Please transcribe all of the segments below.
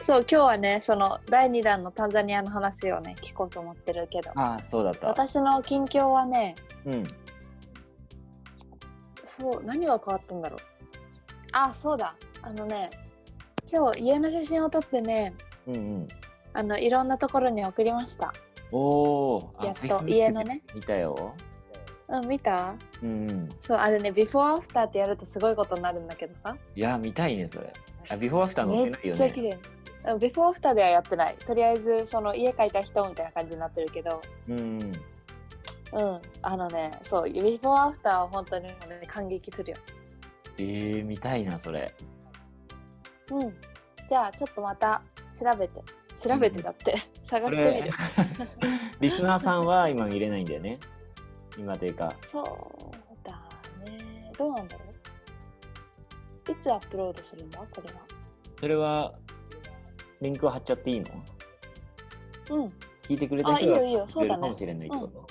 そう今日はねその第2弾のタンザニアの話をね聞こうと思ってるけどああ、そうだった。私の近況はねうん。そう何が変わったんだろうあそうだあのね今日家の写真を撮ってねうんうん。あのいろんなところに送りましたおお。あやっと Facebook 家のね見たよ。うん見たうんうん。そうあれねビフォーアフターってやるとすごいことになるんだけどさいや、見たいね、それ。あ、ビフォーアフター載めってないっよちゃね。綺麗うんビフォーアフターではやってないとりあえずその家帰った人みたいな感じになってるけどうんうん。うんあのねそうビフォーアフターは本当にもうね感激するよえー、見たいな、それ。うんじゃあちょっとまた調べて調べてだって、 探してみるこれ リスナーさんは今見れないんだよね。今というか、そうだねどうなんだろういつアップロードするんだこれはそれはリンクを貼っちゃっていいのうん聞いてくれたあいい人がよいいよそうだねるかもしれないってこと。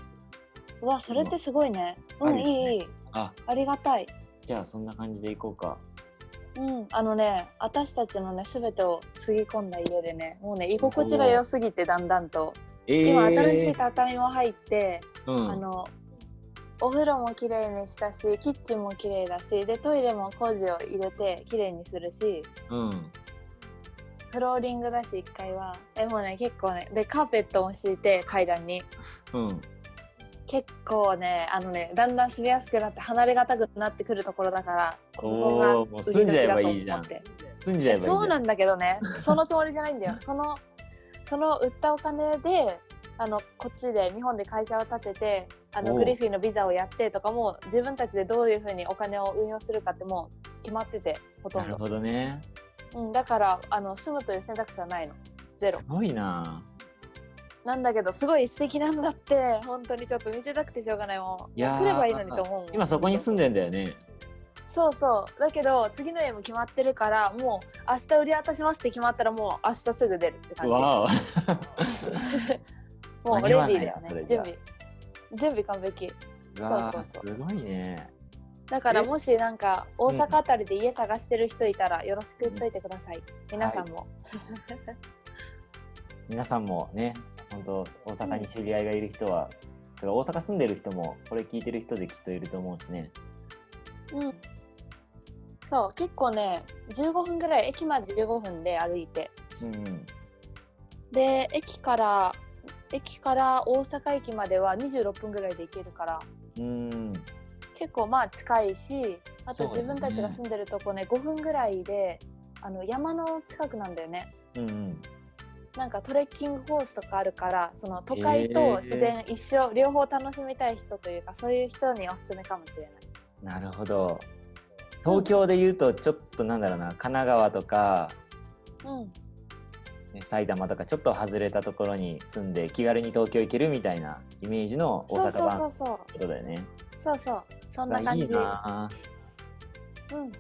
うわそれってすごいねうん、ありですねいいいいあ、ありがたいじゃあそんな感じでいこうか。うん、あのね私たちのね全てをつぎ込んだ家でねもうね居心地が良すぎてだんだんとえー今新しい畳も入って、うん、あのお風呂も綺麗にしたしキッチンも綺麗だしでトイレも工事を入れて綺麗にするしうん。フローリングだし1階はでもうね結構ねでカーペットも敷いて階段にうん。結構ねあのねだんだん住みやすくなって離れがたくなってくるところだからおお、もう住んじゃえばいいじゃん。住んじゃえばいいじゃん。そうなんだけどね そのつもりじゃないんだよそのその売ったお金であのこっちで日本で会社を建ててあおのうグリフィーのビザをやってとかも自分たちでどういうふうにお金を運用するかってもう決まっててほとなんるど、ほどね。うん、だからあの住むという選択肢はないのゼロすごいな。なんだけどすごい素敵なんだって本当にちょっと見せたくてしょうがないもんいやー来ればいいのにと思うもん今そこに住んでんだよね。そうそうだけど次の家も決まってるからもう明日売り渡しますって決まったらもう明日すぐ出るって感じ わもうレディーだよ間に合わないなそれねじゃ準備準備完璧お。わあ、すそうそうごいね。だからえもしなんか大阪あたりで家探してる人いたらよろしく言っといてください、皆さんも、皆さんもね、本当大阪に知り合いがいる人は、だから大阪住んでる人も、これ聞いてる人できっといると思うしね。うんそう結構ね15分ぐらい駅まで15分で歩いてうんうん。で駅から駅から大阪駅までは26分ぐらいで行けるからうん。結構まあ近いしあとそうだ自よね分たちが住んでるとこね5分ぐらいであの山の近くなんだよねうんうん。なんかトレッキングコースとかあるからその都会と自然一緒、両方楽しみたい人というかそういう人におすすめかもしれないなるほど。東京で言うと、ちょっとなんだろうな、神奈川とか、うんね埼玉とかちょっと外れたところに住んで気軽に東京行けるみたいなイメージの大そう阪そう版そっうそうてことだよね。そうそうそんな感じいいなあうん